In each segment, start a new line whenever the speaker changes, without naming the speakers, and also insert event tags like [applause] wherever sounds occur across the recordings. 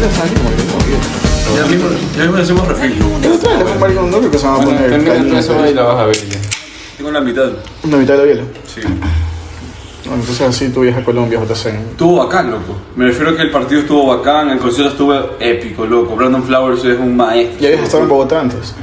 le sale como que movido.
Ya mismo, ya mismo hacemos refilio.
Pero trae, le compré un novio que se va a
Bueno,
poner.
termina
cariño,
todo eso
¿sabes?
y la vas a ver ya.
Tengo la mitad.
Una mitad de la biela.
Sí.
Bueno, entonces así tú viajas a Colombia, JC.
Estuvo bacán, loco. Me refiero a que el partido estuvo bacán, el concierto estuvo épico, loco. Brandon Flowers es un maestro.
Ya habías estado en Bogotá antes.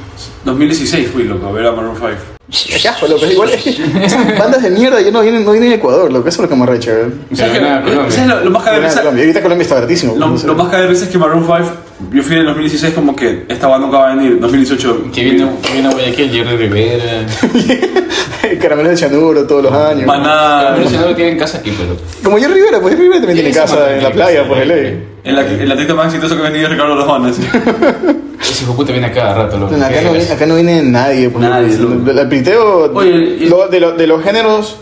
2016 fui, loco, a ver a Maroon 5.
Cajo, loco, [laughs] es igual es que esas bandas de mierda ya no vienen, no vienen a Ecuador, loco, eso es lo que me arrecha, ¿verdad?
Y
¿Sabes
termina
qué?
en Colombia.
¿Sabes lo, lo más
Vienen a
cabeza?
Colombia. Ahorita Colombia está baratísimo.
Lo,
no sé.
lo más cabeza es que Maroon 5, yo fui en el 2016 como que esta banda nunca va a venir, 2018.
Que viene, que viene a Guayaquil, Jerry Rivera.
[laughs] Caramelos de Chanuro todos los años.
Maná,
Ah, Pero si no lo tienen casa aquí, pero.
Como Jerry Rivera, pues Jerry Rivera también tiene
Esa
casa
madre
en la
tiene
playa, pues,
casa,
por el
¿eh?
ley.
el, el artista más exitoso que ha venido es Ricardo Lozano. sí.
Ese hijo de puta viene a cada rato, loco.
Acá no, viene, acá no viene nadie. Pues,
Nadie,
El,
loco.
el piteo
Oye, y-
lo- de, lo- de los géneros,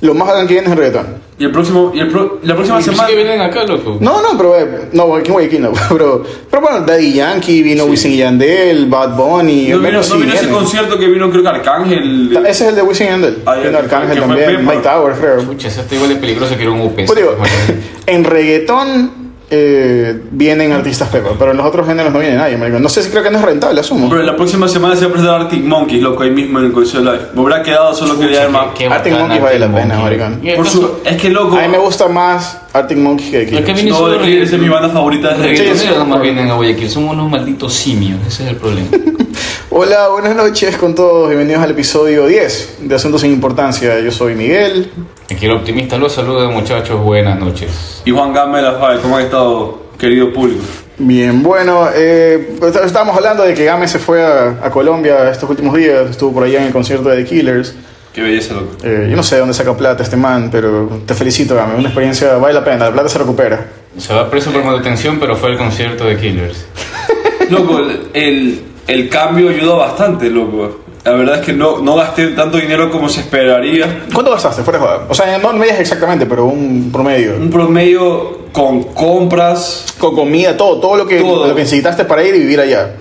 lo más bacán que viene es el reggaetón.
Y el próximo, y el pro- la próxima semana...
que vienen acá, loco.
No, no, pero eh, no, aquí en Guayaquil no, [laughs] pero, pero bueno, Daddy Yankee, vino Wisin y Yandel, Bad Bunny,
No
al
vino,
menos
no
sí
vino ese
vienen.
concierto que vino creo que Arcángel.
Ese es el de Wisin y Yandel,
Ah, ya,
vino
que fue-
Arcángel
que fue
también,
Pepa.
Mike Tower, creo.
Pucha, eso está igual de peligroso que ir a un UPS.
Pues digo, [laughs] en reggaetón eh, vienen artistas Pepa, pero en los otros géneros no viene nadie, marico. No sé si creo que no es rentable, asumo.
Pero la próxima semana se va a presentar Arctic Monkeys, loco, ahí mismo en el concierto live. Me hubiera quedado, solo quería ver más.
Qué
Arctic
bacana,
Monkeys vale la
Arctic
pena,
Monkeys.
maricón.
Y el
Por
caso-
su, es que loco.
A mí me gusta más Arctic Monkeys que
Es que
Killers.
viene
No,
solo
de Killers es mi banda favorita de
reggaetoneros
reggaetón.
nomás vienen a Guayaquil. Somos unos malditos simios. Ese es el problema.
Hola, buenas noches con todos, bienvenidos al episodio 10 de Asuntos sin Importancia. Yo soy Miguel.
Aquí el optimista los saluda, muchachos. Buenas noches.
Y Juan Gamela, Fael, ¿cómo ha estado, querido público?
Bien, bueno, eh, est- estábamos hablando de que Game se fue a, a Colombia estos últimos días, estuvo por allá en el concierto de The Killers.
Qué belleza, loco.
Eh, yo no sé de dónde saca plata este man, pero te felicito, Game, una experiencia vale la pena, la plata se recupera.
Se va preso por manutención, pero fue al concierto de Killers.
Loco, el, el, el cambio ayuda bastante, loco. La verdad es que no, no gasté tanto dinero como se esperaría.
¿Cuánto gastaste? Fuera de joda. O sea, no me digas exactamente, pero un promedio.
Un promedio con compras,
Con comida, todo, todo lo que,
Todo.
Lo que necesitaste para ir y vivir allá.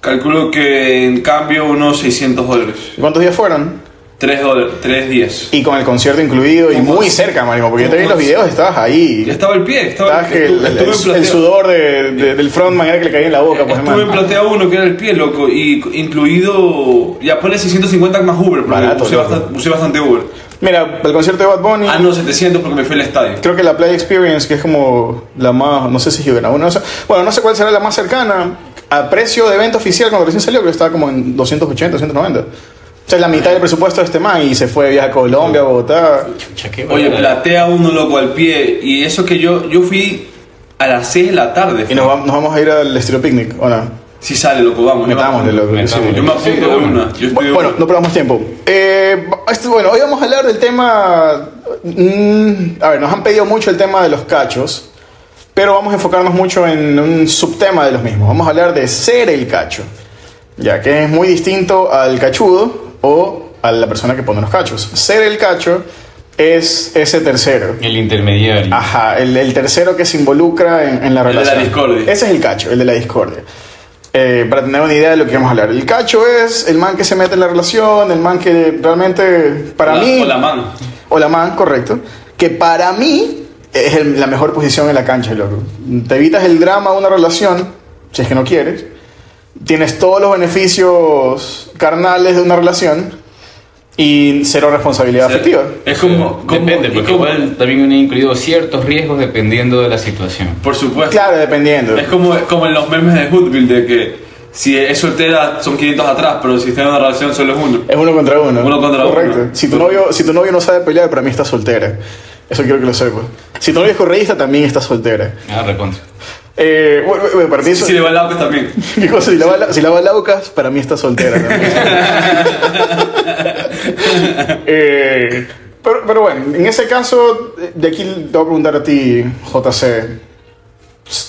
calculo que en cambio unos 600 dólares.
¿Y ¿Cuántos días fueron?
3 dólares, 3 días.
Y con el concierto incluido y
Como
muy
si-
cerca, Marimo, porque yo te vi
como
los
si-
videos, estabas ahí.
Ya estaba el pie, estaba
Estabas que el,
estuve-
el-
estuve en
el
platea.
sudor de- de- del frontman era que le caía en la boca, pues
Estuve en
hermano.
platea 1, que era el pie, loco, y incluido. Ya ponle 650 más Uber, porque
Barato,
usé,
loco.
bastan- usé bastante Uber.
Mira, el concierto de Bad Bunny.
Ah, no, 700 porque me fui al estadio.
Creo que la Play Experience, que es como la más, no sé si es Juvena, bueno, no sé, bueno, no sé cuál será la más cercana, a precio de evento oficial, cuando recién salió, creo que estaba como en 280, 290. O sea, la mitad del presupuesto de este man y se fue de viaje a Colombia, a Bogotá.
Chucha, qué
Oye,
bacana.
platea 1, loco, al pie, y eso que yo, yo fui a las 6 de la tarde.
Y nos, va- nos vamos a ir al estilo picnic, ¿o no?
Si sale, loco, vamos. yo me
Metámosle,
apunto.
loco. que sí.
Metámosle.
Yo me
Sí,
apunto
de
a
una.
una. Yo estoy
Bu- Bueno, no perdamos tiempo. Eh, este- bueno, hoy vamos a hablar del tema... mm, a ver, nos han pedido mucho el tema de los cachos, pero vamos a enfocarnos mucho en un subtema de los mismos. Vamos a hablar de ser el cacho, ya que es muy distinto al cachudo o a la persona que pone los cachos. Ser el cacho es ese tercero.
El intermediario.
Ajá, el, el tercero que se involucra en, en la
de la
relación.
discordia.
Ese es el cacho, el de la discordia. Eh, para tener una idea de lo que vamos a hablar. El cacho es el man que se mete en la relación, el man que realmente, para
la,
mí...
O la mano.
o la man, correcto. Que para mí es el- la mejor posición en la cancha, loco. Te evitas el drama de una relación, si es que no quieres. Tienes todos los beneficios carnales de una relación y cero responsabilidad afectiva.
Es como. como-
Depende,
y
porque
como-
igual también han incluido ciertos riesgos dependiendo de la situación.
Por supuesto.
Claro, dependiendo.
Es como, como en los memes de Hoodville, de que si es soltera son 500 atrás, pero si está en una relación solo es uno.
Es uno contra uno.
Uno contra
Correcto.
uno.
Si tu novio, si tu novio no sabe pelear, para mí está soltera. Eso quiero que lo sepas. Si tu novio es correísta, también está soltera.
Ah, recontra.
Eh, bueno, bueno, para mí
Y
eso-
si le va el Aucas también.
[laughs] ¿Qué cosa? Si la va, si la va Laucas, para mí está soltera.
[laughs]
también. Eh, pero, pero bueno, en ese caso, de aquí te voy a preguntar a ti, JC.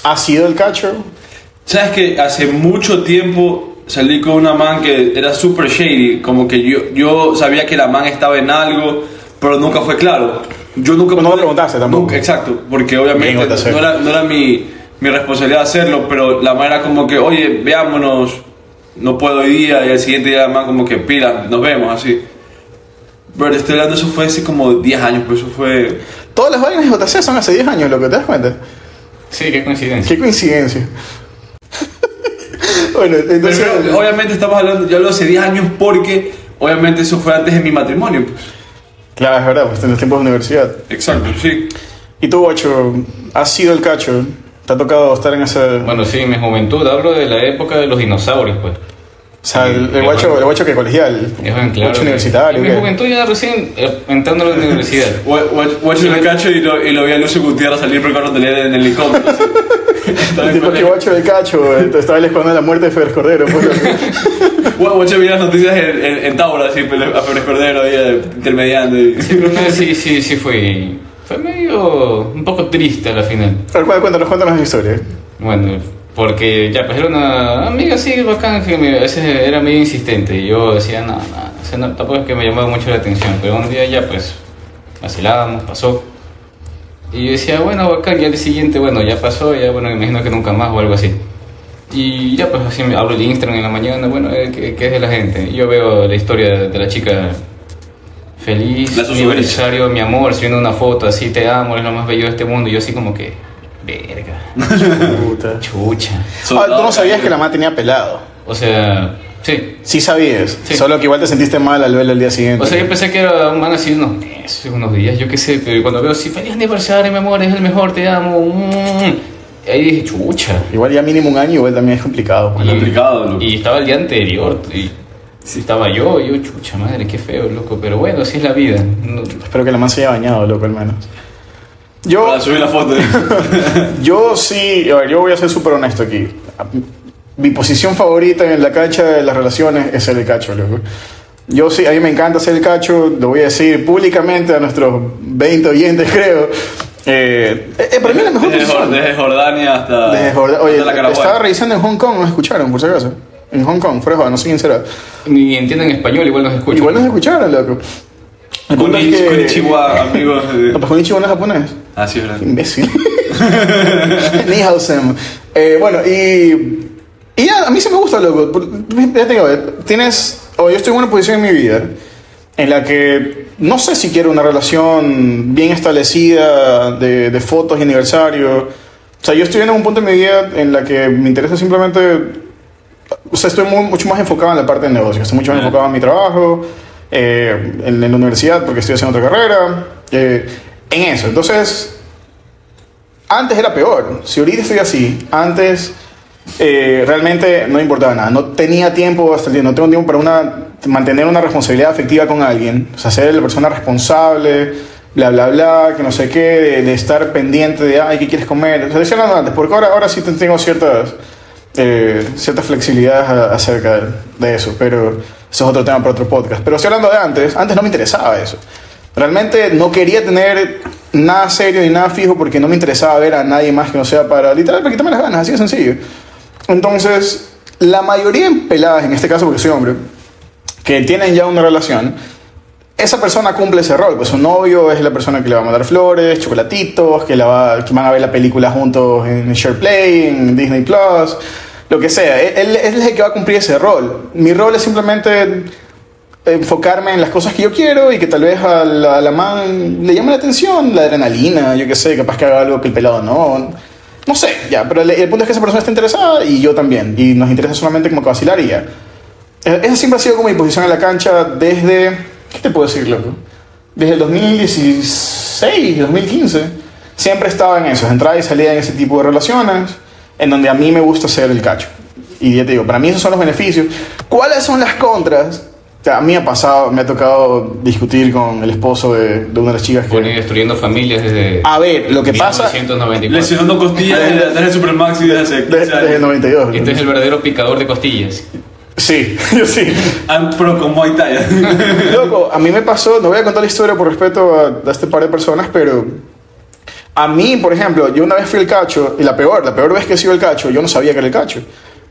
¿Ha sido el cacho?
¿Sabes que Hace mucho tiempo salí con una man que era super shady. Como que yo, yo sabía que la man estaba en algo, pero nunca fue claro. Yo nunca
No lo preguntaste tampoco.
Nunca, exacto, porque
Bien,
obviamente
otra serie.
no era, no era mi, mi responsabilidad hacerlo, pero la man era como que, oye, veámonos, no puedo hoy día, y al siguiente día la man como que, pila, nos vemos, así. Pero te estoy hablando, eso fue hace como 10 años, pero eso fue...
Todas las vainas de JC son hace 10 años, lo que te das cuenta.
Sí, qué coincidencia.
Qué coincidencia. [laughs] bueno, entonces.
Pero, pero, obviamente estamos hablando, yo hablo hace 10 años porque obviamente eso fue antes de mi matrimonio. pues.
Claro, es verdad, pues en los tiempos de universidad.
Exacto, sí.
Y tú, Ocho, has sido el cacho. Te ha tocado estar en ese.
Bueno, sí, mi juventud, hablo de la época de los dinosaurios, pues.
o sea, el, el
eh,
guacho,
bueno.
el guacho que colegial.
Es bien claro.
guacho
que-
universitario.
En mi
¿qué?
juventud ya recién eh, entrando a la universidad.
[laughs] Gua- gua- Guacho el cacho y lo, y lo vi a Lucio Gutiérrez salir por cuando tenía en el helicóptero.
[laughs]
así. pues, Estaba
El
en
tipo que
colegio.
guacho del cacho, eh, te estaba escondiendo la muerte de Febres Cordero. pues.
[laughs]
Gua- Guacho vi las noticias en, en, en Tauro, así, pero a Pérez Cordero ahí eh, intermediando.
[laughs]
y-
Ah,
Pero no, sí, sí, sí fue. Fue medio. un poco triste a la final.
A ver, cuéntanos, cuéntanos, cuéntanos la historia.
Bueno, porque ya, pues era una amiga así bacán que me- a veces era medio insistente y yo decía, no, no, o sea, no, tampoco es que me llamaba mucho la atención, pero un día ya, pues, vacilábamos, pasó. Y yo decía, bueno, bacán, ya el siguiente, bueno, ya pasó, ya, bueno, me imagino que nunca más o algo así. Y ya, pues, así me abro el Instagram en la mañana, bueno, eh, ¿qué, qué es de la gente? Y yo veo la historia de la chica feliz,
La Susubris.
aniversario, mi amor, subiendo una foto así, te amo, eres lo más bello de este mundo, y yo así como que, verga.
Puta.
Chucha.
Ah, tú no sabías
eh,
que la mamá tenía pelado.
O sea, sí.
Sí sabías.
Sí.
Solo que igual te sentiste mal al verlo el día siguiente.
O sea, yo pensé que era un man así unos meses, unos días, yo qué sé, pero cuando veo así, feliz aniversario, mi amor, es el mejor, te amo. mm", Ahí dije, chucha.
Igual ya mínimo un año, igual también es complicado. pues.
Bueno, complicado, loco.
y estaba el día anterior, y estaba yo, y yo, chucha madre, qué feo, loco, pero bueno, así es la vida. No-
Espero que la mamá se haya bañado, loco, al menos. Yo,
Para subir la foto.
yo sí, a ver, yo voy a ser súper honesto aquí. Mi posición favorita en la cancha de las relaciones es ser el cacho, loco. Yo sí, a mí me encanta ser el cacho, lo voy a decir públicamente a nuestros 20 oyentes, [laughs] creo. Eh, eh, [laughs] para mí es la mejor
desde, Jor-
posición.
desde Jordania hasta,
Desde Jordan- Oye,
hasta la Caraguay.
estaba revisando en Hong Kong, nos escucharon, por si acaso. En Hong Kong, fuera de joda, no sé quién será.
Ni entienden español, igual nos escuchan.
Igual nos escucharon, loco. El punto es
Konnichi-
que-
Konnichiwa, amigos. de-
No, pues Konnichiwa no es japonés.
Así es [laughs]
[laughs]
verdad.
Imbécil. Ni hao sem. Eh, bueno, y. Y ya, a mí se me gusta, loco. Por- Ya te digo, eh, tienes. O yo estoy en una posición en mi vida en la que no sé si quiero una relación bien establecida de, de fotos y aniversario. O sea, yo estoy en un punto en mi vida en la que me interesa simplemente. O sea, estoy mu- mucho más enfocado en la parte de negocios. Estoy mucho más
Ya.
enfocado en mi trabajo, eh, en, en la universidad, porque estoy haciendo otra carrera. eh, en eso. Entonces, antes era peor. Si ahorita estoy así, antes eh, realmente no importaba nada. No tenía tiempo hasta el día, no tengo tiempo para una, mantener una responsabilidad afectiva con alguien. O sea, ser la persona responsable, bla, bla, bla, que no sé qué, de, de estar pendiente de, ay, ¿qué quieres comer? O sea, estoy hablando antes, porque ahora, ahora sí te- tengo ciertas, eh, ciertas flexibilidades a- acerca de, de eso, pero eso es otro tema para otro podcast. Pero estoy hablando de antes, antes no me interesaba eso. Realmente no quería tener nada serio ni nada fijo porque no me interesaba ver a nadie más que no sea para literal, para quitarme las ganas, así de sencillo. Entonces, la mayoría en peladas, en este caso porque soy hombre, que tienen ya una relación, esa persona cumple ese rol, pues su novio es la persona que le va a mandar flores, chocolatitos, que, la va, que van a ver la película juntos en SharePlay, en Disney Plus, lo que sea. E-, Él, él es el que va a cumplir ese rol. Mi rol es simplemente enfocarme en las cosas que yo quiero y que tal vez a la, a la man le llame la atención, la adrenalina, yo qué sé, capaz que haga algo que el pelado no. No sé, ya, pero el, el punto es que esa persona está interesada y yo también, y nos interesa solamente como que vacilar y ya. Eh, Esa siempre ha sido como mi posición en la cancha desde. ¿Qué te puedo decir, loco? Desde el 2016, 2015. Siempre estaba en eso, entrada y salida en ese tipo de relaciones, en donde a mí me gusta ser el cacho. Y ya te digo, para mí esos son los beneficios. ¿Cuáles son las contras? O sea, a mí ha pasado, me ha tocado discutir con el esposo de, de una de las chicas que.
Bueno, y destruyendo familias desde.
A ver, lo que pasa.
1994.
Lesionando costillas desde atrás del Supermax y desde hace
Desde,
15
desde el
años.
92.
Este es el verdadero picador de costillas.
Sí, [laughs] yo sí.
Ah, Pero con Muay
[laughs]
Thai.
Loco, a mí me pasó, no voy a contar la historia por respeto a, a este par de personas, pero a mí, por ejemplo, yo una vez fui el cacho, y la peor, la peor vez que he sido el cacho, yo no sabía que era el cacho.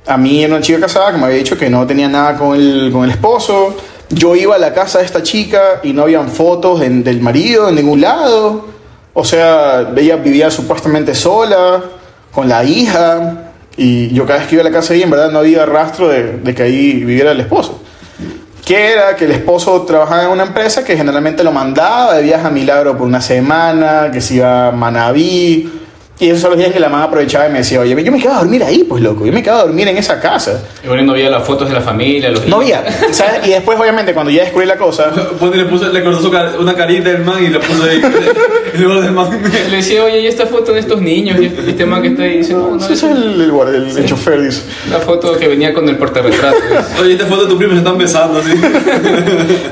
A mí era una chica casada que me había dicho que no tenía nada con el, con el esposo. Yo iba a la casa de esta chica y no habían fotos en- del marido en ningún lado. O sea, ella vivía supuestamente sola, con la hija. Y yo cada vez que iba a la casa de ella, en verdad no había rastro de, de que ahí viviera el esposo que era que el esposo trabajaba en una empresa que generalmente lo mandaba de viaje a Milagro por una semana, que se iba a Manabí, Y esos son los días que la man aprovechaba y me decía, oye, yo me quedaba a dormir ahí, pues loco, yo me quedaba a dormir en esa casa.
Y bueno, no veía las fotos de la familia, los
No había, ¿sabes? Y después, obviamente, cuando ya descubrí la cosa,
Ponte, Pues, le, puso, le cortó su car- una carita del man y le puso ahí. en lugar del man. [laughs]
Le decía, oye, ¿y esta foto de estos niños? ¿Y este man que está ahí? Y dice, no, no,
ese es
esa es
el, el guardia, el, el chofer, dice.
la foto que venía con el portarretrato.
Oye, esta foto de tu primo se están besando así.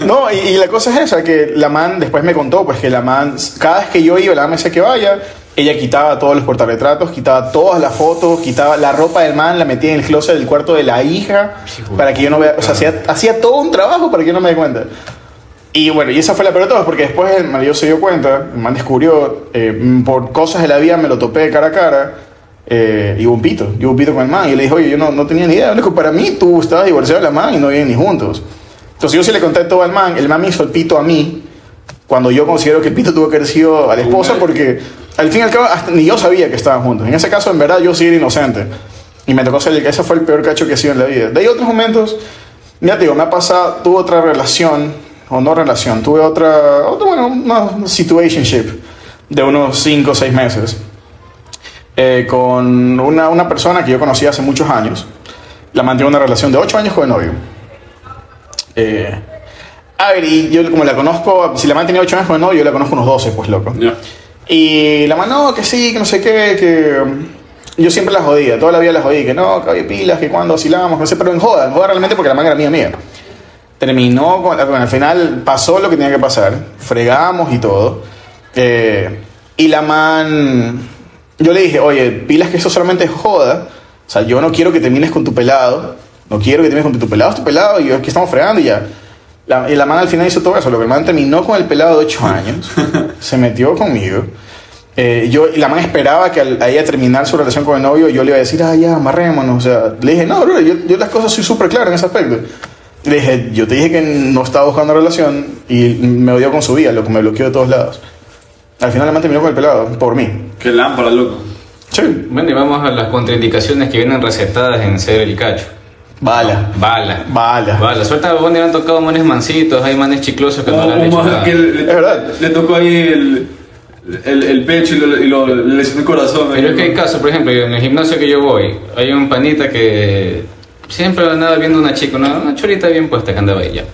No, y, y la cosa es esa, que la man después me contó, pues que la man, cada vez que yo iba, la man me decía que vaya, ella quitaba todos los portarretratos, quitaba todas las fotos, quitaba la ropa del man, la metía en el closet del cuarto de la hija,
güey.
para que yo no vea, o sea, hacía, hacía todo un trabajo para que yo no me dé cuenta. Y bueno, y esa fue la peor de todas, porque después el marido se dio cuenta, el man descubrió, eh, por cosas de la vida me lo topé cara a cara, eh, y hubo un pito, yo un pito con el man, y le dije, oye, yo no, no tenía ni idea, loco, para mí tú estabas divorciado de la man y no viven ni juntos. Entonces yo sí le conté todo al man, el man me hizo el pito a mí, cuando yo considero que el pito tuvo que haber sido a la esposa, porque al fin y al cabo hasta ni yo sabía que estaban juntos. En ese caso, en verdad, yo sí era inocente. Y me tocó ser el- ese fue el peor cacho que he sido en la vida. De ahí otros momentos, ya te digo, me ha pasado, tuve otra relación, o no relación, tuve otra, otra bueno, una situationship de unos 5 o 6 meses eh, con una, una persona que yo conocí hace muchos años. La mantuve una relación de 8 años con el novio. Eh, a ver, y yo como la conozco, si la man tenía 8 años con el novio, yo la conozco unos 12, pues loco.
Ya.
Y la mano, no, que sí, que no sé qué, que um, yo siempre la jodía, toda la vida la jodí, que no, que había pilas, que cuando oscilábamos, no sé, pero en joda, en joda realmente porque la manga era mía, mía. Terminó, con, bueno, al final pasó lo que tenía que pasar, fregamos y todo. eh, y la man, yo le dije, oye, pilas que eso solamente es joda, o sea, yo no quiero que termines con tu pelado, no quiero que termines con tu, tu pelado, es tu pelado, y yo aquí estamos fregando y ya. La, y la man al final hizo todo eso, lo que el man terminó con el pelado de 8 años, se metió conmigo. Eh, yo, y la man esperaba que al, a ella terminar su relación con el novio, yo le iba a decir, ah, ya, amarrémonos. O sea, le dije, no, bro, yo, yo las cosas soy súper claro en ese aspecto. Le dije, yo te dije que no estaba buscando relación y me odió con su vida, lo que me bloqueó de todos lados. Al final la man terminó con el pelado, por mí.
Qué lámpara, loco.
Sí.
Bueno, y vamos a las contraindicaciones que vienen recetadas en ser el cacho.
Bala.
Bala.
Bala.
Bala. Suelta, a Bonnie le han tocado manes mancitos, hay manes chiclosos que no,
Un-
le han
un
hecho
man
nada.
Oh, que le,
Es verdad.
le tocó ahí el, el, el pecho y, lo, y lo- le lesionó el corazón.
Pero es que hay
ahí,
casos, por ejemplo, en el gimnasio que yo voy, hay un panita que siempre andaba viendo una chica, una, una chorita bien puesta que andaba ella.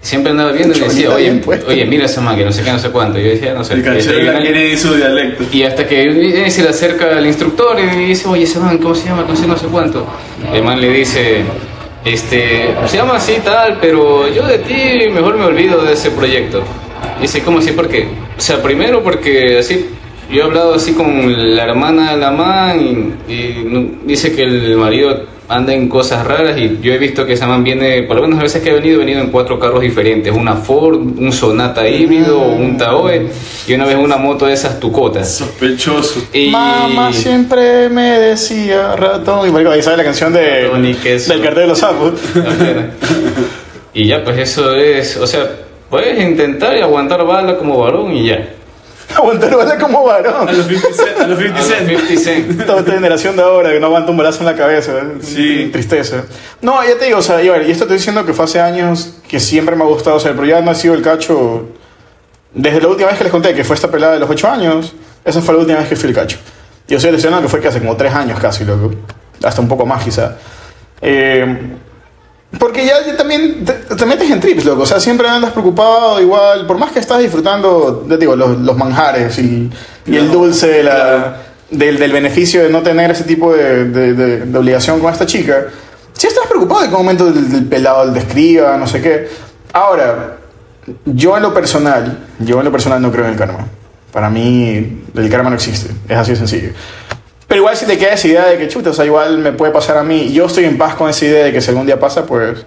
Siempre andaba viendo y
Chorita
decía, oye,
bien puesta".
oye, mira esa man que no sé qué, no sé cuánto. Y yo decía, no sé. este,
El cachero
y-
la quiere en su dialecto.
y hasta que viene, se le acerca al instructor y dice, oye, ese man, ¿cómo se llama? No sé, no sé cuánto. El man le dice, este, se llama así tal, pero yo de ti mejor me olvido de ese proyecto. Dice, ¿cómo así? ¿Por qué? O sea, primero porque así, yo he hablado así con la hermana de la man y, y no- dice que el marido anda en cosas raras y yo he visto que esa man viene, por lo menos a veces que ha venido, ha venido en cuatro carros diferentes, una Ford, un Sonata híbrido, un Taoe y una vez una moto de esas tucotas.
Sospechoso.
Y...
Mamá siempre me decía ratón. Y marico, ahí sabe la canción de,
Ratón y queso.
del cartel de los sapos.
[laughs]
[laughs]
Y ya, pues eso es, o sea, puedes intentar y aguantar bala como varón y ya.
Aguantar bala como varón.
A los 50 cent. A los
A
50
los
cent.
50 cent.
Toda esta generación de ahora que no aguanta un brazo en la cabeza. ¿eh?
Sí.
Tristeza. No, ya te digo, o sea, y, a ver, y esto estoy diciendo que fue hace años que siempre me ha gustado hacer, pero ya no he sido el cacho. Desde la última vez que les conté que fue esta pelada de los 8 años, esa fue la última vez que fui el cacho. Yo soy lesionado que fue que hace como 3 años casi, loco. Hasta un poco más quizá. Eh, porque ya yo también te, te metes en trips, loco. O sea, siempre andas preocupado, igual. Por más que estás disfrutando, ya te digo, los, los manjares y, y el
No,
dulce de la-
claro.
del, del beneficio de no tener ese tipo de, de- de- de obligación con esta chica, si estás preocupado de que un momento del, del pelado te escriba, no sé qué. Ahora, yo en lo personal, yo en lo personal no creo en el karma. Para mí, el karma no existe. Es así de sencillo. Pero igual si te queda esa idea de que chuta, o sea, igual me puede pasar a mí, yo estoy en paz con esa idea de que si algún día pasa, pues,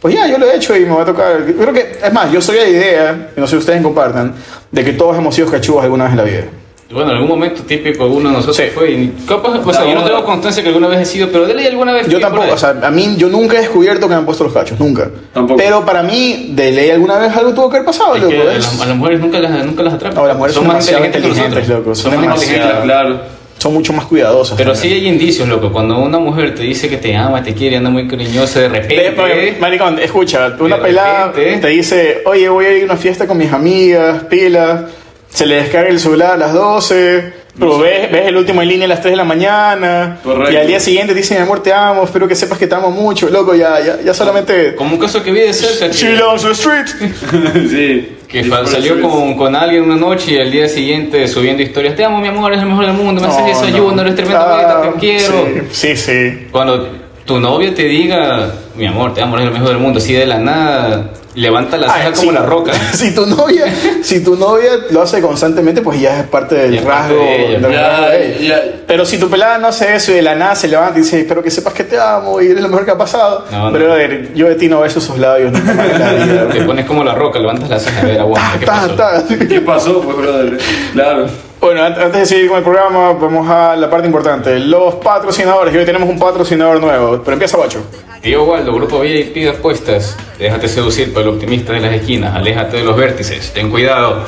pues ya, yo lo he hecho y me va a tocar. Creo que, es más, yo soy de la idea, y no sé si ustedes compartan, de que todos hemos sido cachuvas alguna vez en la vida.
Bueno, en algún momento típico alguno de nosotros
Sí.
fue y capaz, o sea, yo no tengo constancia que alguna vez he sido, pero dele alguna vez.
Yo
fui por ahí.
tampoco, o sea, a mí yo nunca he descubierto que me han puesto los cachos, nunca.
Tampoco.
Pero para mí, de ley alguna vez algo tuvo que haber pasado,
Es
loco.
que a,
es-
las, a las mujeres nunca las, nunca las atrapan.
No, las mujeres son demasiado inteligentes,
nosotros.
loco, son
Son más
demasiado-
inteligentes.
Claro.
Son mucho más cuidadosas.
Pero sí
también.
hay indicios, loco. Cuando una mujer te dice que te ama, te quiere, anda muy cariñosa, de
Ve,
repente.
pues, Maricón, escucha, una
De
pelada
repente.
te dice, oye, voy a ir a una fiesta con mis amigas, pilas, se le descarga el celular a las 12, Pero ves, ves el último en línea a las 3 de la mañana.
Correcto.
Y al día siguiente te dicen, mi amor, te amo, espero que sepas que te amo mucho. Loco, ya, ya, ya solamente...
Como un caso que vi de cerca. que-
She loves the street.
[laughs] sí.
Que
Y
fa-
por
salió
eso es-
con, con alguien una noche y al día siguiente subiendo historias. Te amo, mi amor, eres el mejor del mundo. Me haces
No,
desayuno,
no.
eres tremendo
Ah,
beta, te quiero.
Sí, sí. sí.
Cuando tu novia te diga, mi amor, te amo, eres el mejor del mundo, así de la nada, levanta la
Ah,
ceja
sí.
como
[laughs]
la roca.
Si tu novia, si tu novia lo hace constantemente, pues ya es parte del
Ya es parte
rasgo.
de ella.
del rasgo
Ya,
de ella.
ya.
Pero si tu pelada no hace eso y de la nada se levanta y dice, espero que sepas que te amo y eres lo mejor que ha pasado.
No, no.
Pero a ver, yo de ti no beso sus labios nunca más en la
[laughs]
vida. Ah,
Te pones como la roca, levantas la ceja, a ver, aguanta, ¿qué
Ta,
pasó?
ta.
[laughs] ¿Qué pasó, pues, brother? Claro.
Bueno, an- antes de seguir con el programa, vamos a la parte importante. Los patrocinadores. Y hoy tenemos un patrocinador nuevo. Pero empieza, Guacho.
Tío Waldo, Grupo VIP de Apuestas. Déjate seducir por el optimista de las esquinas. Aléjate de los vértices. Ten cuidado.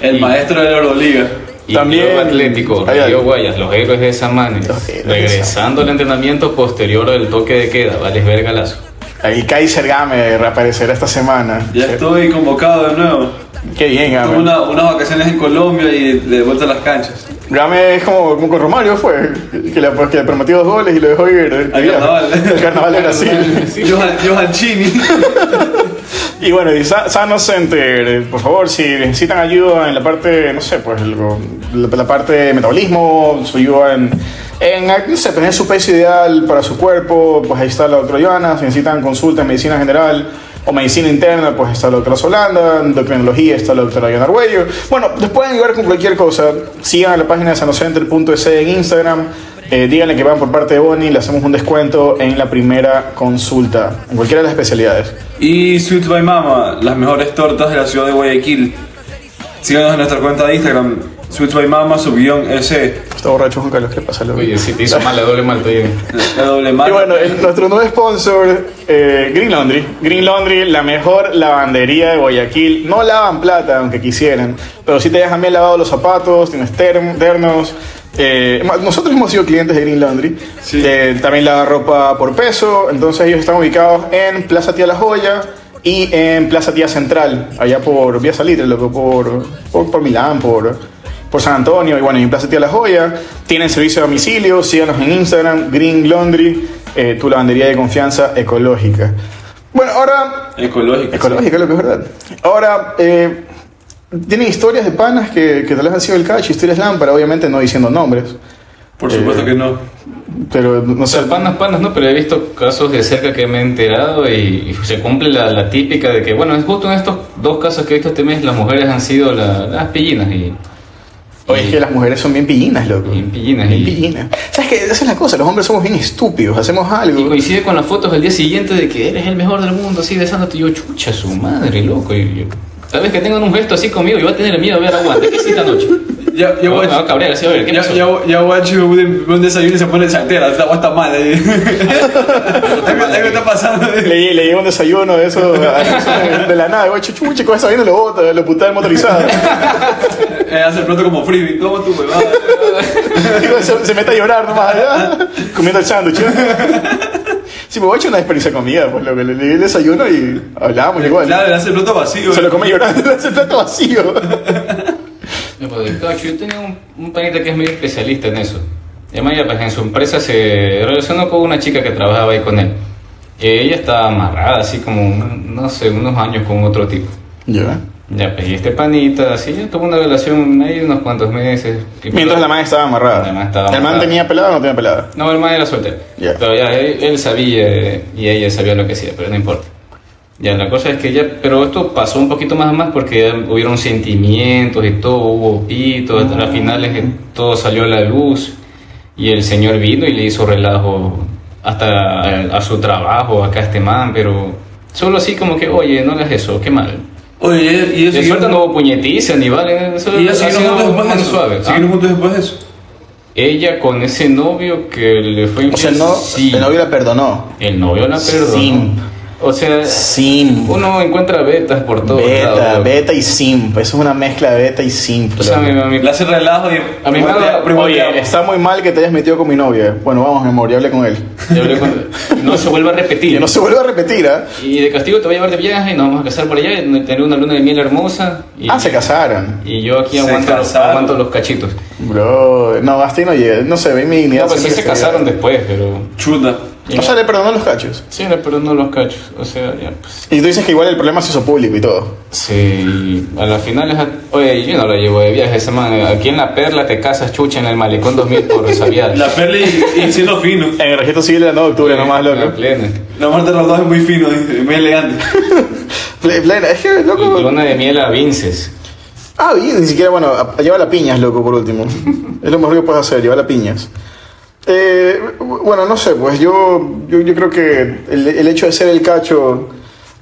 El maestro de la Euroliga.
Y
También-
Club Atlético,
Ahí, ahí.
Río Guayas, los héroes de Samanes.
Los héroes de
Regresando al entrenamiento posterior del toque de queda. Vales verga lazo.
Ahí Kaiser Game reaparecerá esta semana.
Ya estoy convocado de nuevo.
Qué bien,
Tuve
Game.
una- unas vacaciones en Colombia y de vuelta a las canchas.
Game es como, como con Romario fue, que le, que le prometió dos goles y lo dejó ir. El
carnaval. [laughs]
El carnaval de Brasil.
Johan, Johan Chini.
Y bueno, y Sa- Sano Center, eh, por favor, si necesitan ayuda en la parte, no sé, pues lo- la, la parte de metabolismo, su ayuda en, en, no sé, tener su peso ideal para su cuerpo, pues ahí está la doctora Joana, si necesitan consulta en medicina general o medicina interna, pues está la doctora Solanda, en endocrinología está la doctora Joana Arguello. Bueno, les pueden ayudar con cualquier cosa, sigan a la página de sanocenter.es e en Instagram. eh, díganle que van por parte de Bonnie, le hacemos un descuento en la primera consulta, en cualquiera de las especialidades.
Y Sweet by Mama, las mejores tortas de la ciudad de Guayaquil. Síganos en nuestra cuenta de Instagram, Sweet by Mama, guión E, S.
Está borracho Juan Carlos, ¿qué pasa? loco?
Oye, si te hizo mal, la doble mal te
La doble
Y
mano.
bueno, el- nuestro nuevo sponsor, eh, Green Laundry. Green Laundry, la mejor lavandería de Guayaquil. No lavan plata, aunque quisieran, pero sí te dejan bien lavados los zapatos, tienes term- ternos. Eh, ma- nosotros hemos sido clientes de Green Laundry.
Sí.
Eh, también la ropa por peso. Entonces ellos están ubicados en Plaza Tía La Joya y en Plaza Tía Central, allá por Vía Salitre, loco, por, por, por Milán, por... por San Antonio y bueno, y en Plaza Tía La Joya. Tienen servicio a domicilio, síganos en Instagram, Green Laundry, eh, tu lavandería de confianza ecológica. Bueno, ahora...
Ecológico.
Ecológica, lo que es verdad. Ahora, eh, tienen historias de panas que, que tal vez han sido el cacho, historias lámpara, obviamente no diciendo nombres,
Por supuesto
Eh.
que no.
pero no sé...
Los panas, panas, no, pero he visto casos de cerca que me he enterado y, y se cumple la, la típica de que, bueno, es justo en estos dos casos que he visto este mes, las mujeres han sido la- las pillinas y.
Oye, es que las mujeres son bien pillinas, loco.
Bien pillinas,
Bien
y-
pillinas. ¿Sabes qué? Esa es la cosa, los hombres somos bien estúpidos, hacemos algo...
Y coincide con las fotos del día siguiente de que eres el mejor del mundo, así besándote. Y yo, chucha, su madre, loco. Y yo, tal vez que tengan un gesto así conmigo, yo voy a tener miedo. A ver, aguanta, ¿qué hiciste anoche?
Ya, ya,
Yo voy
Ah,
Guachi-
a cabrear, así, a ver, ¿qué
ya,
pasó?
ya, ya Guacho ve un, ve un desayuno y se pone chantera. Esta agua está mal.
[laughs]
ahí. Algo algo está pasando.
[laughs]
eh.
Le, le llega un desayuno de eso, a- de la nada, güey, chuchuche, con esa vaina lo bota, lo puta del motorizado.
[laughs]
Eh, hace el plato como freebie. Toma tu huevada.
Digo, se, se mete a llorar nomás, ¿verdad? comiendo el sándwich.
[laughs]
Sí, me voy a echar una experiencia de comida, pues lo que le di el desayuno y hablamos igual.
Claro, le hace el plato vacío. eh.
Se lo come llorando, [laughs] le hace el plato vacío.
Me puedo decir, "Cacho, yo tenía un, un panita que es medio especialista en eso. Y además, ya, pues, en su empresa se relacionó con una chica que trabajaba ahí con él. Y ella estaba amarrada, así como, no sé, unos años con otro tipo.
Ya.
Ya, pues, y este panita, así, ya tuvo una relación ahí unos cuantos meses. Y-
Mientras la madre estaba amarrada.
La madre estaba
¿El man
amarrada.
tenía pelada o no tenía pelada?
No, el man era soltero.
Ya.
Pero ya él, él sabía eh, y ella sabía lo que hacía, pero no importa. Ya, la cosa es que ya, pero esto pasó un poquito más más porque ya hubieron sentimientos y todo, hubo pitos, hasta las finales que todo salió a la luz y el señor vino y le hizo relajo hasta a, a su trabajo, acá a este man, pero solo así como que, oye, no hagas eso, qué mal.
Oye, y
De
eso.
suerte no hubo puñetiza ni vale, solo
Y
ha
ellos
sido
siguieron juntos después
más
de eso.
suave.
Siguieron
Ah,
juntos después de eso.
Ella con ese novio que le fue
O sea,
infiel,
no,
sí.
el novio la perdonó.
El novio la perdonó.
Sí.
O sea,
Simp.
uno encuentra betas por todo.
Beta, beta y simp. Eso es una mezcla de beta y simp.
O sea, mi, mi-
Le hace relajo y.
A mí me da-
Oye, está muy mal que te hayas metido con mi novia. Bueno, vamos, mi amor, ya hablé con él.
yo hablé con- no se vuelva a
Que
repetir.
no se vuelva a repetir, ¿ah?
Y de castigo te voy a llevar de viaje, nos vamos a casar por allá, y tener una luna de miel hermosa. Y,
Ah, se casaron.
Y yo aquí
Se
aguanto,
casaron.
aguanto los cachitos.
Bro, no, hasta ahí no llegué. No sé, ve mi dignidad.
No, pues sí
siempre
se
que
casaron después, pero...
Chuta.
O sea, le perdonó los cachos.
Sí, pero no los cachos. O sea, ya, pues...
Y tú dices que igual el problema se hizo público y todo.
Sí, a la final es... a- Oye, yo no la llevo de viaje esa man. Aquí en La Perla te casas chucha en el Malecón
[laughs]
2000 por sabiar.
La perla y, y siendo fino.
En el registro civil era 9 de octubre, nomás,
La
loco.
plena.
La muerte de los dos es muy fino, dice, muy elegante.
Ple- Plena, es que,
Y
loco.
luna de miel a Vinces.
Ah, y ni siquiera, bueno, a- lleva la piñas, loco, por último.
[laughs]
es lo mejor que puedes hacer, lleva la piñas. Eh, bueno, no sé, pues yo, yo, yo creo que el, el hecho de ser el cacho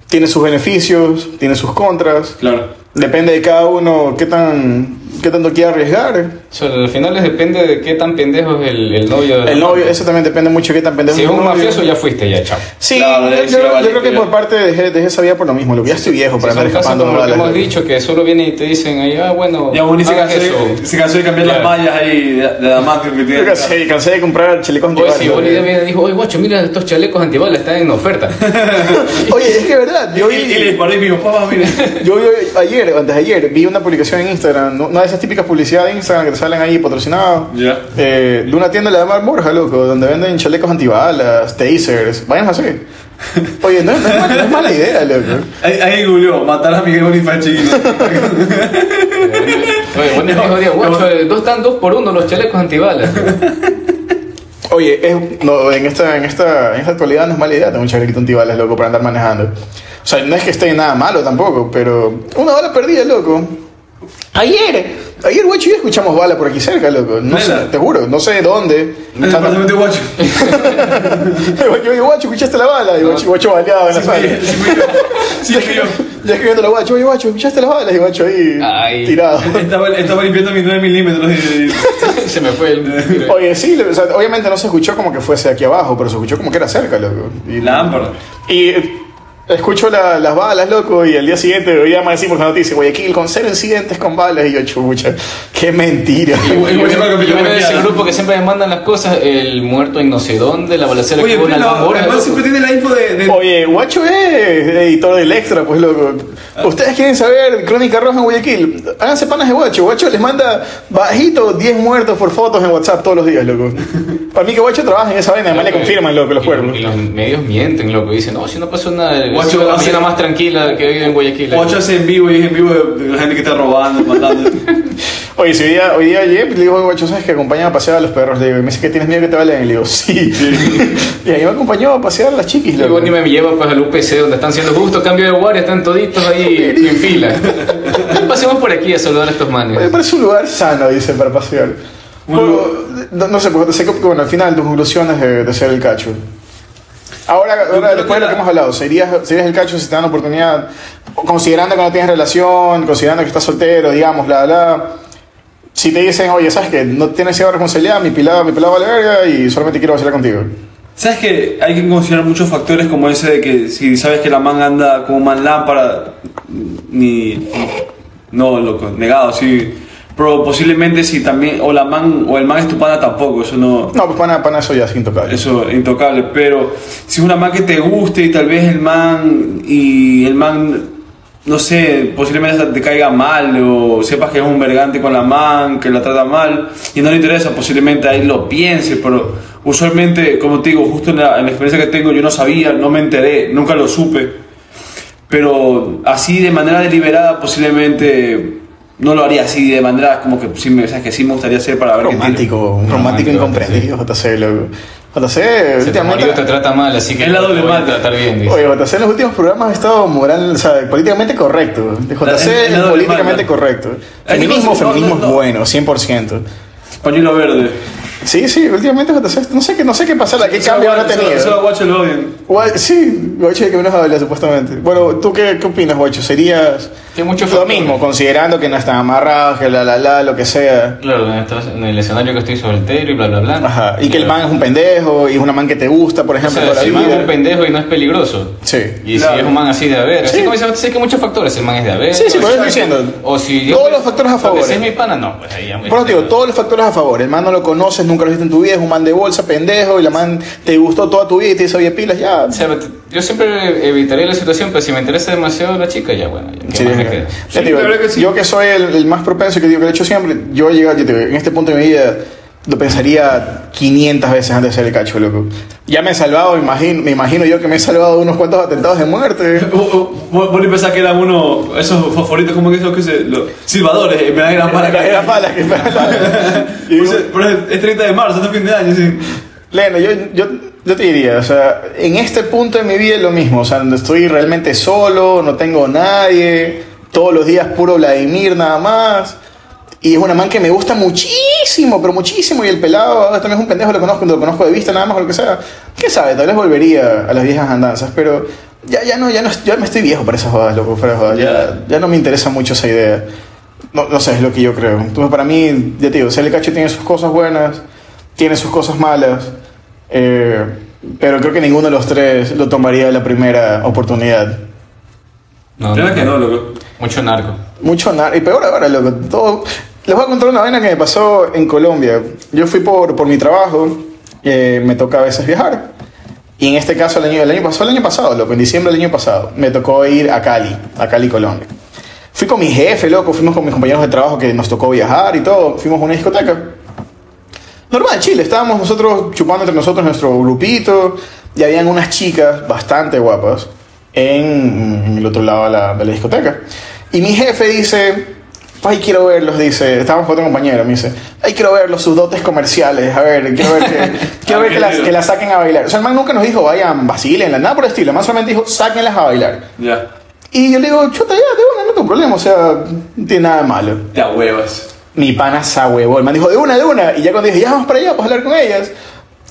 tiene sus beneficios, tiene sus contras.
Claro.
Depende de cada uno qué, tan, qué tanto quiera arriesgar.
O sea, al final les depende de qué tan pendejo es el, el novio. de la
El novio,
man.
eso también depende mucho de qué tan pendejo
Si es
el
un
novio.
mafioso ya fuiste, ya, chao.
Sí,
Claro,
yo,
sí, lo
yo
vale,
creo que
pero-
por parte dejé, dejé esa vida por lo mismo. Lo que ya estoy viejo para
Si
andar
son casos
escapando
como lo que
balas,
hemos
loco.
dicho, que solo vienen y te dicen ahí, ah, bueno,
Ya Bonnie se
hagas
cansó,
eso.
de- se cansó de cambiar las
Claro.
mallas ahí de, de Damasio que
Yo
tiene.
cansé, cansé de comprar chalecos
Oye,
antibalas,
si
loco.
Bonnie de viene y dijo, oye, guacho, mira, estos chalecos antibalas están
[laughs]
en oferta.
Oye, es que es verdad. Yo
Y,
vi,
y le disparé y me dijo, papá, mire.
yo vi ayer, o antes de ayer, vi una publicación en Instagram, ¿no? una de esas típicas publicidades de Instagram que te salen ahí patrocinadas.
Ya.
eh, de una tienda de la Mar Borja, loco, donde venden chalecos antibalas, tasers, vainas así.
[laughs]
Oye, no, no es, mala, no es mala idea, loco.
Ahí, ahí googleó, matar a Miguel
[laughs]
Bonifachi.
Oye, Bonnie dijo, "Dios, guacho, eh, dos están dos por uno los chalecos antibalas. [laughs]
Oye, es- no, en, esta, en, esta, en esta actualidad no es mala idea tener un chalequito antibalas, loco, para andar manejando. O sea, no es que esté nada malo tampoco, pero una bala perdida, loco. Ayer, ayer, guacho, ya escuchamos bala por aquí cerca, loco. No sé,
Nela.
te juro, no sé dónde.
Me metió
[laughs]
guacho.
[laughs] Yo digo, guacho, escuchaste la bala. Y guacho, guacho baleado en la sala.
Sí, fui yo. Sí,
Ya
fui yo.
[laughs]
escri- Ya escribiéndole a guacho, oye, guacho, escuchaste la bala. Y guacho ahí
Ay.
tirado.
Estaba, estaba limpiando mis 9 milímetros. y-
Se me fue el...
Oye, sí, o sea, obviamente no se escuchó como que fuese aquí abajo, pero se escuchó como que era cerca, loco.
y
Y
Lámpara.
Y eh, escucho la- las balas, loco, y al día siguiente hoy amanecimos con la noticia, Guayaquil con cero incidentes con balas, y yo, chucha, qué mentira.
Y
[laughs] Igual- igual siempre
bueno,
que
yo
me
veo ese
queda.
grupo que siempre me mandan las cosas, el muerto en no sé dónde, la balacera
Oye,
que hubo en
pero la-
Almagora,
además
loco.
siempre tiene la info de. de-
Oye, Guacho es editor del Extra, pues loco.
Ah.
Ustedes quieren saber Crónica Roja en Guayaquil, háganse panas de Guacho. Guacho les manda bajito 10 muertos por fotos en WhatsApp todos los días, loco. Para mí que Guacho trabaja en esa vaina, además le confirman, loco, los
Y-
cuerpos.
Y los medios mienten, loco. Dicen, no, si no pasó nada.
Guacho,
Guacho, la
hace-
mañana más tranquila que hoy en Guayaquil.
Guacho hace en vivo y es en vivo de, de la gente que está robando, matando.
Oye, si hoy día, hoy día llegué, le digo, guacho, ¿sabes que acompañan a pasear a los perros? Le digo, y me dice que tienes miedo que te valen. Y le digo, sí. [laughs] y ahí me acompañó a pasear a las chiquis,
Y
loco.
Bonnie me lleva pues al UPC donde están siendo justo cambio de guardia, están toditos ahí en fila. Pasemos por aquí a saludar a estos
Me
manes.
parece un lugar sano, dice, para pasear.
Un
Bueno,
lugar-
no, no sé, porque sé que, bueno, al final tus conclusiones de, de ser el cacho. Ahora, ahora,
creo que
después de lo
la-
que hemos hablado, ¿serías, ¿serías el cacho si te dan la oportunidad? Considerando que no tienes relación, considerando que estás soltero, digamos, bla, bla. Si te dicen, oye, ¿sabes que No tienes cierta responsabilidad, mi pilada, mi pilada vale verga y solamente quiero vacilar contigo.
¿Sabes que hay que considerar muchos factores como ese de que si sabes que la man anda como man lámpara, ni. No, loco, negado, sí. Pero posiblemente si también. O la man. O el man es tu pana tampoco, eso no.
No, pues pana, pana, eso ya es intocable.
Eso, intocable. Pero si es una man que te guste y tal vez el man. Y el man. No sé, posiblemente hasta te caiga mal o sepas que es un vergante con la man, que la trata mal y no le interesa, posiblemente ahí lo piense, pero usualmente, como te digo, justo en la, en la experiencia que tengo yo no sabía, no me enteré, nunca lo supe, pero así de manera deliberada posiblemente no lo haría así de manera como que sí me, o sea, que sí me gustaría hacer para ver qué tiene.
Romántico, un romántico
Romántico,
incomprendido, JC, loco. JC,
Si tu marido
últimamente.
te trata mal, así que
Es la
te
doble
voy a
mata.
tratar bien. dice.
Oye, JC en los últimos programas ha estado moral, o sea, políticamente correcto.
La-
JC
es
es
la doble
políticamente
mano.
correcto.
Ay,
Feminismo,
no, no,
feminismo
no.
es bueno, 100%.
Pañuelo verde.
Sí, sí, últimamente JC, no sé qué, no sé qué pasará, qué
Solo
cambio habrá
guacho- solo- Solo
tenido.
guacho lo odian.
Guay- Sí, guacho, de que menos habla, supuestamente. Bueno, ¿tú qué, qué opinas, guacho? ¿Serías
Tiene muchos
Lo
factores.
mismo, considerando que no están amarrados, que la la la, lo que sea.
Claro, en, esta- en el escenario que estoy soltero y bla bla bla.
Ajá. Y que el
Claro.
man es un pendejo y es una man que te gusta, por
O
ejemplo,
sea,
toda
si el
la
man es un
vida.
pendejo y no es peligroso.
Sí.
Y
Claro.
si es un man así de haber.
Sí.
Así como dice, sé que hay muchos factores. El man es de haber.
Sí, sí,
o
por eso
sea,
estoy diciendo.
O si
Todos los factores a
porque
favor. eh.
Si es mi pana, no. Pues ahí ya me-
Por eso te digo, todos los factores a favor. El man no lo conoces, nunca lo viste en tu vida, es un man de bolsa, pendejo, y la man te gustó toda tu vida y te dice, oye, pilas, ya.
O sea, pues, yo siempre evitaría la situación, pero si me interesa demasiado la chica, ya bueno. Ya, ¿qué
Sí,
más
ya.
me queda?
Ya
Sí,
te digo,
la verdad que sí.
Yo que soy el, el más propenso y que digo que lo he hecho siempre, yo he llegado, yo te digo, en este punto de mi vida lo pensaría 500 veces antes de ser el cacho, loco. Ya me he salvado, imagino, me imagino yo que me he salvado de unos cuantos atentados de muerte.
[laughs] Vos Uh, vos ni pensás que eran uno, esos fosforitos, como que esos que se. Los, silbadores, eh, en verdad
[laughs]
eran para
Era
[laughs]
mala, que era mala. Y
Pues,
digo,
eh, Pero es es 30 de marzo, es fin de año, sí.
Leno, yo, yo, yo te diría, o sea, en este punto de mi vida es lo mismo, o sea, donde estoy realmente solo, no tengo nadie, todos los días puro Vladimir nada más, y es una man que me gusta muchísimo, pero muchísimo, y el pelado ah, también es un pendejo, lo conozco, lo conozco de vista nada más o lo que sea, quién sabe, tal vez volvería a las viejas andanzas, pero ya, ya no, ya no, ya me estoy viejo para esas jodas, loco, fuera de joda, ya, ya no me interesa mucho esa idea. No, no sé, es lo que yo creo. Entonces, para mí, ya te digo, el Cacho tiene sus cosas buenas, tiene sus cosas malas, eh, pero creo que ninguno de los tres lo tomaría a la primera oportunidad.
No,
Claro
no,
que no, loco.
Mucho narco.
Mucho nada, y peor ahora, loco, todo... Les voy a contar una vaina que me pasó en Colombia. Yo fui por, por mi trabajo, eh, me toca a veces viajar. Y en este caso, el año, el año pasado, el año pasado, loco, en diciembre del año pasado, me tocó ir a Cali, a Cali, Colombia. Fui con mi jefe, loco, fuimos con mis compañeros de trabajo que nos tocó viajar y todo, fuimos a una discoteca. Normal, Chile, estábamos nosotros chupando entre nosotros nuestro grupito y habían unas chicas bastante guapas en, en el otro lado de la, de la discoteca. Y mi jefe dice, ay, quiero verlos, dice, estábamos con otro compañero, me dice, ay, quiero verlos, sus dotes comerciales, a ver, quiero ver que, quiero ver que, las, que las saquen a bailar. O sea, el man nunca nos dijo, vayan, vacilenlas, nada por el estilo, el man solamente dijo, sáquenlas a bailar.
Ya.
Y yo le digo, chuta, ya, de una, no tengo problema, o sea, no tiene nada de malo.
Ya huevas.
Mi pana se huevón. El man dijo, de una, de una. Y ya cuando dije, ya vamos para allá, para hablar con ellas.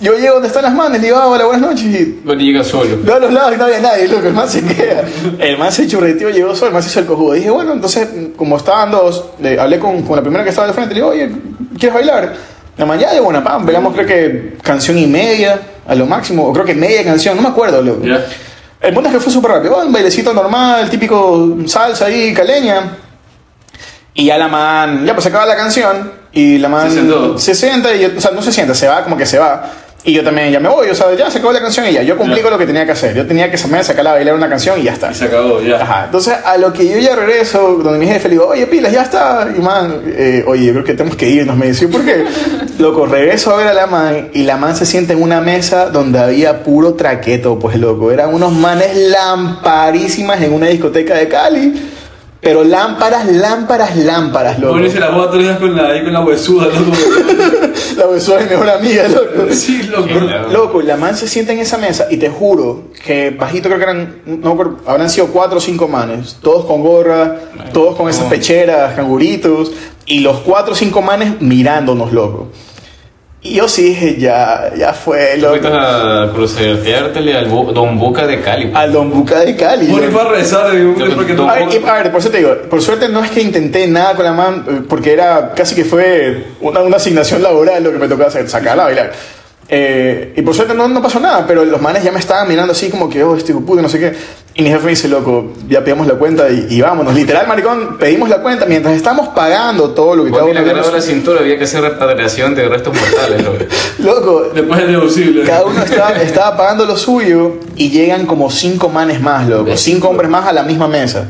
Yo llego donde están las manes, le digo, ah, hola, buenas noches. Y
Pero llega solo.
veo a los lados y no había nadie, loco. El man se queda. El man se churreteó, llegó solo, el man se hizo el cojudo. Dije, bueno, entonces, como estaban dos, le hablé con, con la primera que estaba de frente. Le digo, oye, ¿quieres bailar? La mañana de buena, pam. Pegamos, creo que canción y media, a lo máximo. O creo que media canción, no me acuerdo, loco.
Ya.
El punto es que fue súper rápido. Un bailecito normal, típico salsa ahí, caleña. Y ya la man, ya pues se acaba la canción. Y la man
Se sentó.
se sienta, y yo- o sea, no se sienta, se va como que se va. Y yo también ya me voy, o sea, ya se acabó la canción y ya. Yo cumplí
Ya.
con lo que tenía que hacer. Yo tenía que sacarla sacarla a bailar una canción y ya está.
Y se acabó, ya.
Ajá. Entonces, a lo que yo ya regreso, donde mi jefe le digo, oye, pilas, ya está. Y man, eh, oye, yo creo que tenemos que irnos. Me dice, ¿por
[laughs]
qué? Loco, regreso a ver a la man y la man se sienta en una mesa donde había puro traqueto, pues loco. Eran unos manes lamparísimas en una discoteca de Cali. Pero lámparas, lámparas, lámparas, loco.
Ponerse la boda todos los días con la, ahí con la huesuda,
[laughs]
loco.
La besó es mi mejor amiga, loco.
sí, loco.
Sí, claro.
Loco, la man se sienta en esa mesa y te juro que bajito creo que eran, no, me acuerdo, habrán sido cuatro o cinco manes, todos con gorra, todos con esas
no.
pecheras, canguritos, y los cuatro o cinco manes mirándonos, loco. Y yo sí dije, ya, ya fue,
Te fuiste
loco.
a cruceteártele al bu- Don Buca de Cali. pues.
Al Don Buca de Cali.
Pone
loco.
para rezar, digo,
Yo-
porque
yo-
no.
A ver, y- a ver, por eso te digo, por suerte no es que intenté nada con la man, eh, porque era casi que fue una, una asignación laboral lo que me tocaba hacer, sacarla a bailar. Eh, y por suerte no, no pasó nada, pero los manes ya me estaban mirando así como que, oh, este hijo de puta, no sé qué. Y mi jefe me dice, loco, ya pegamos la cuenta y, y vámonos. Literal, maricón, pedimos la cuenta mientras estamos pagando todo lo que cada
Cuando
uno
la agarraba la
había-
cintura había que hacer repatriación de restos mortales. loco.
Loco,
Después es deducible.
cada uno estaba, estaba pagando lo suyo y llegan como cinco manes más, loco.
¿Ves?
Cinco hombres más a la misma mesa.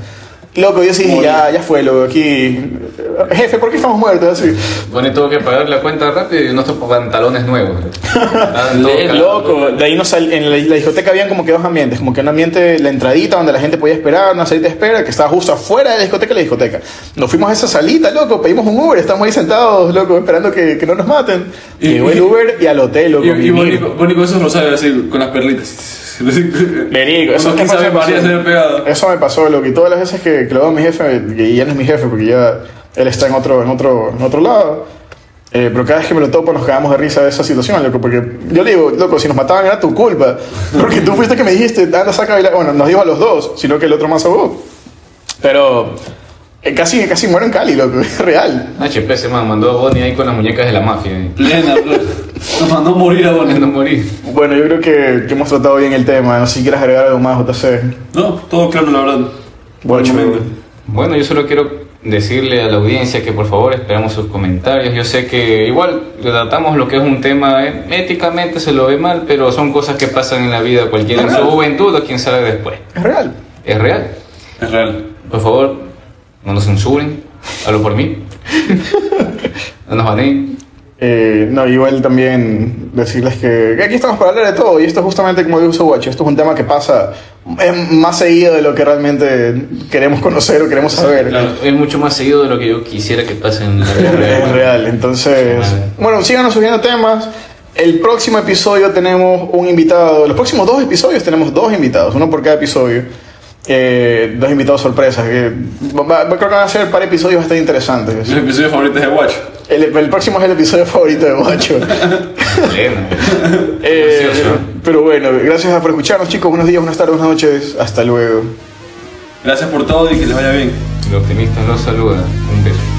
Loco, yo sí dije, ya, ya fue, loco, aquí. Jefe, ¿por qué estamos muertos? Así.
Pone todo que pagar la cuenta rápido y unos pantalones nuevos. loco.
[laughs]
Estaban todos
Eh,
cagados,
loco,
loco.
de ahí nos sal- en la, la discoteca habían como que dos ambientes, como que un ambiente, la entradita donde la gente podía esperar, una salita de espera que estaba justo afuera de la discoteca y la discoteca. Nos fuimos a esa salita, loco, pedimos un Uber, estamos ahí sentados, loco, esperando que, que no nos maten.
Y-
Llegó el Uber y al hotel, loco.
Y, y
vinimos.
Bonico, Bonico esos rosarios así, con las perlitas.
Verico,
[laughs] Verico,
eso-
eso que
eso
sabe
me
María
pasó.
se había pegado.
Eso me pasó, loco. Y todas las veces que, que lo veo a mi jefe, que ya no es mi jefe porque ya él está en otro, en otro, en otro lado. eh, pero cada vez que me lo topo nos cagamos de risa de esa situación, loco, porque yo le digo, loco, si nos mataban era tu culpa, porque tú fuiste que me dijiste, anda, saca a bailar, bueno, nos dijo a los dos, sino que el otro más a vos. Pero Eh, Casi, casi muero en Cali, loco, [laughs] es real.
HP pues, se man, mandó a Bonnie ahí con las muñecas de la mafia. ahí.
Plena, bro. Nos mandó a pues. morir a Bonnie.
No morí.
Bueno, yo creo que, que hemos tratado bien el tema. No sé si quieres agregar algo más, JC.
No, todo claro, la verdad.
Watch
Por el
me.
momento.
Bueno, yo solo quiero decirle a la audiencia que por favor esperamos sus comentarios. Yo sé que igual tratamos lo que es un tema eh, éticamente se lo ve mal, pero son cosas que pasan en la vida cualquiera, en su
Claro.
juventud o quien sabe después.
Es real.
Es real.
Es real.
Por favor, no nos censuren. Hablo por mí. [laughs] No nos baneen.
Eh, no, igual también decirles que que aquí estamos para hablar de todo y esto es justamente como dice Watch, esto es un tema que pasa eh, más seguido de lo que realmente queremos conocer o queremos saber.
Claro.
Es mucho más seguido de lo que yo quisiera que pase en la
[laughs]
vida
Es
real.
real, entonces... Bueno, síganos subiendo temas. El próximo episodio tenemos un invitado, los próximos dos episodios tenemos dos invitados, uno por cada episodio. Eh, dos invitados sorpresas, que va- va- creo que van a ser un par de episodios bastante interesantes.
Mis episodios favoritos de Watch.
El, el próximo es el episodio [laughs] favorito de Guacho.
Pleno.
Eh,
Gracioso.
pero bueno, gracias por escucharnos, chicos. Buenos días, buenas tardes, buenas noches. Hasta luego.
Gracias por todo y que les vaya bien.
El optimista los saluda. Un beso.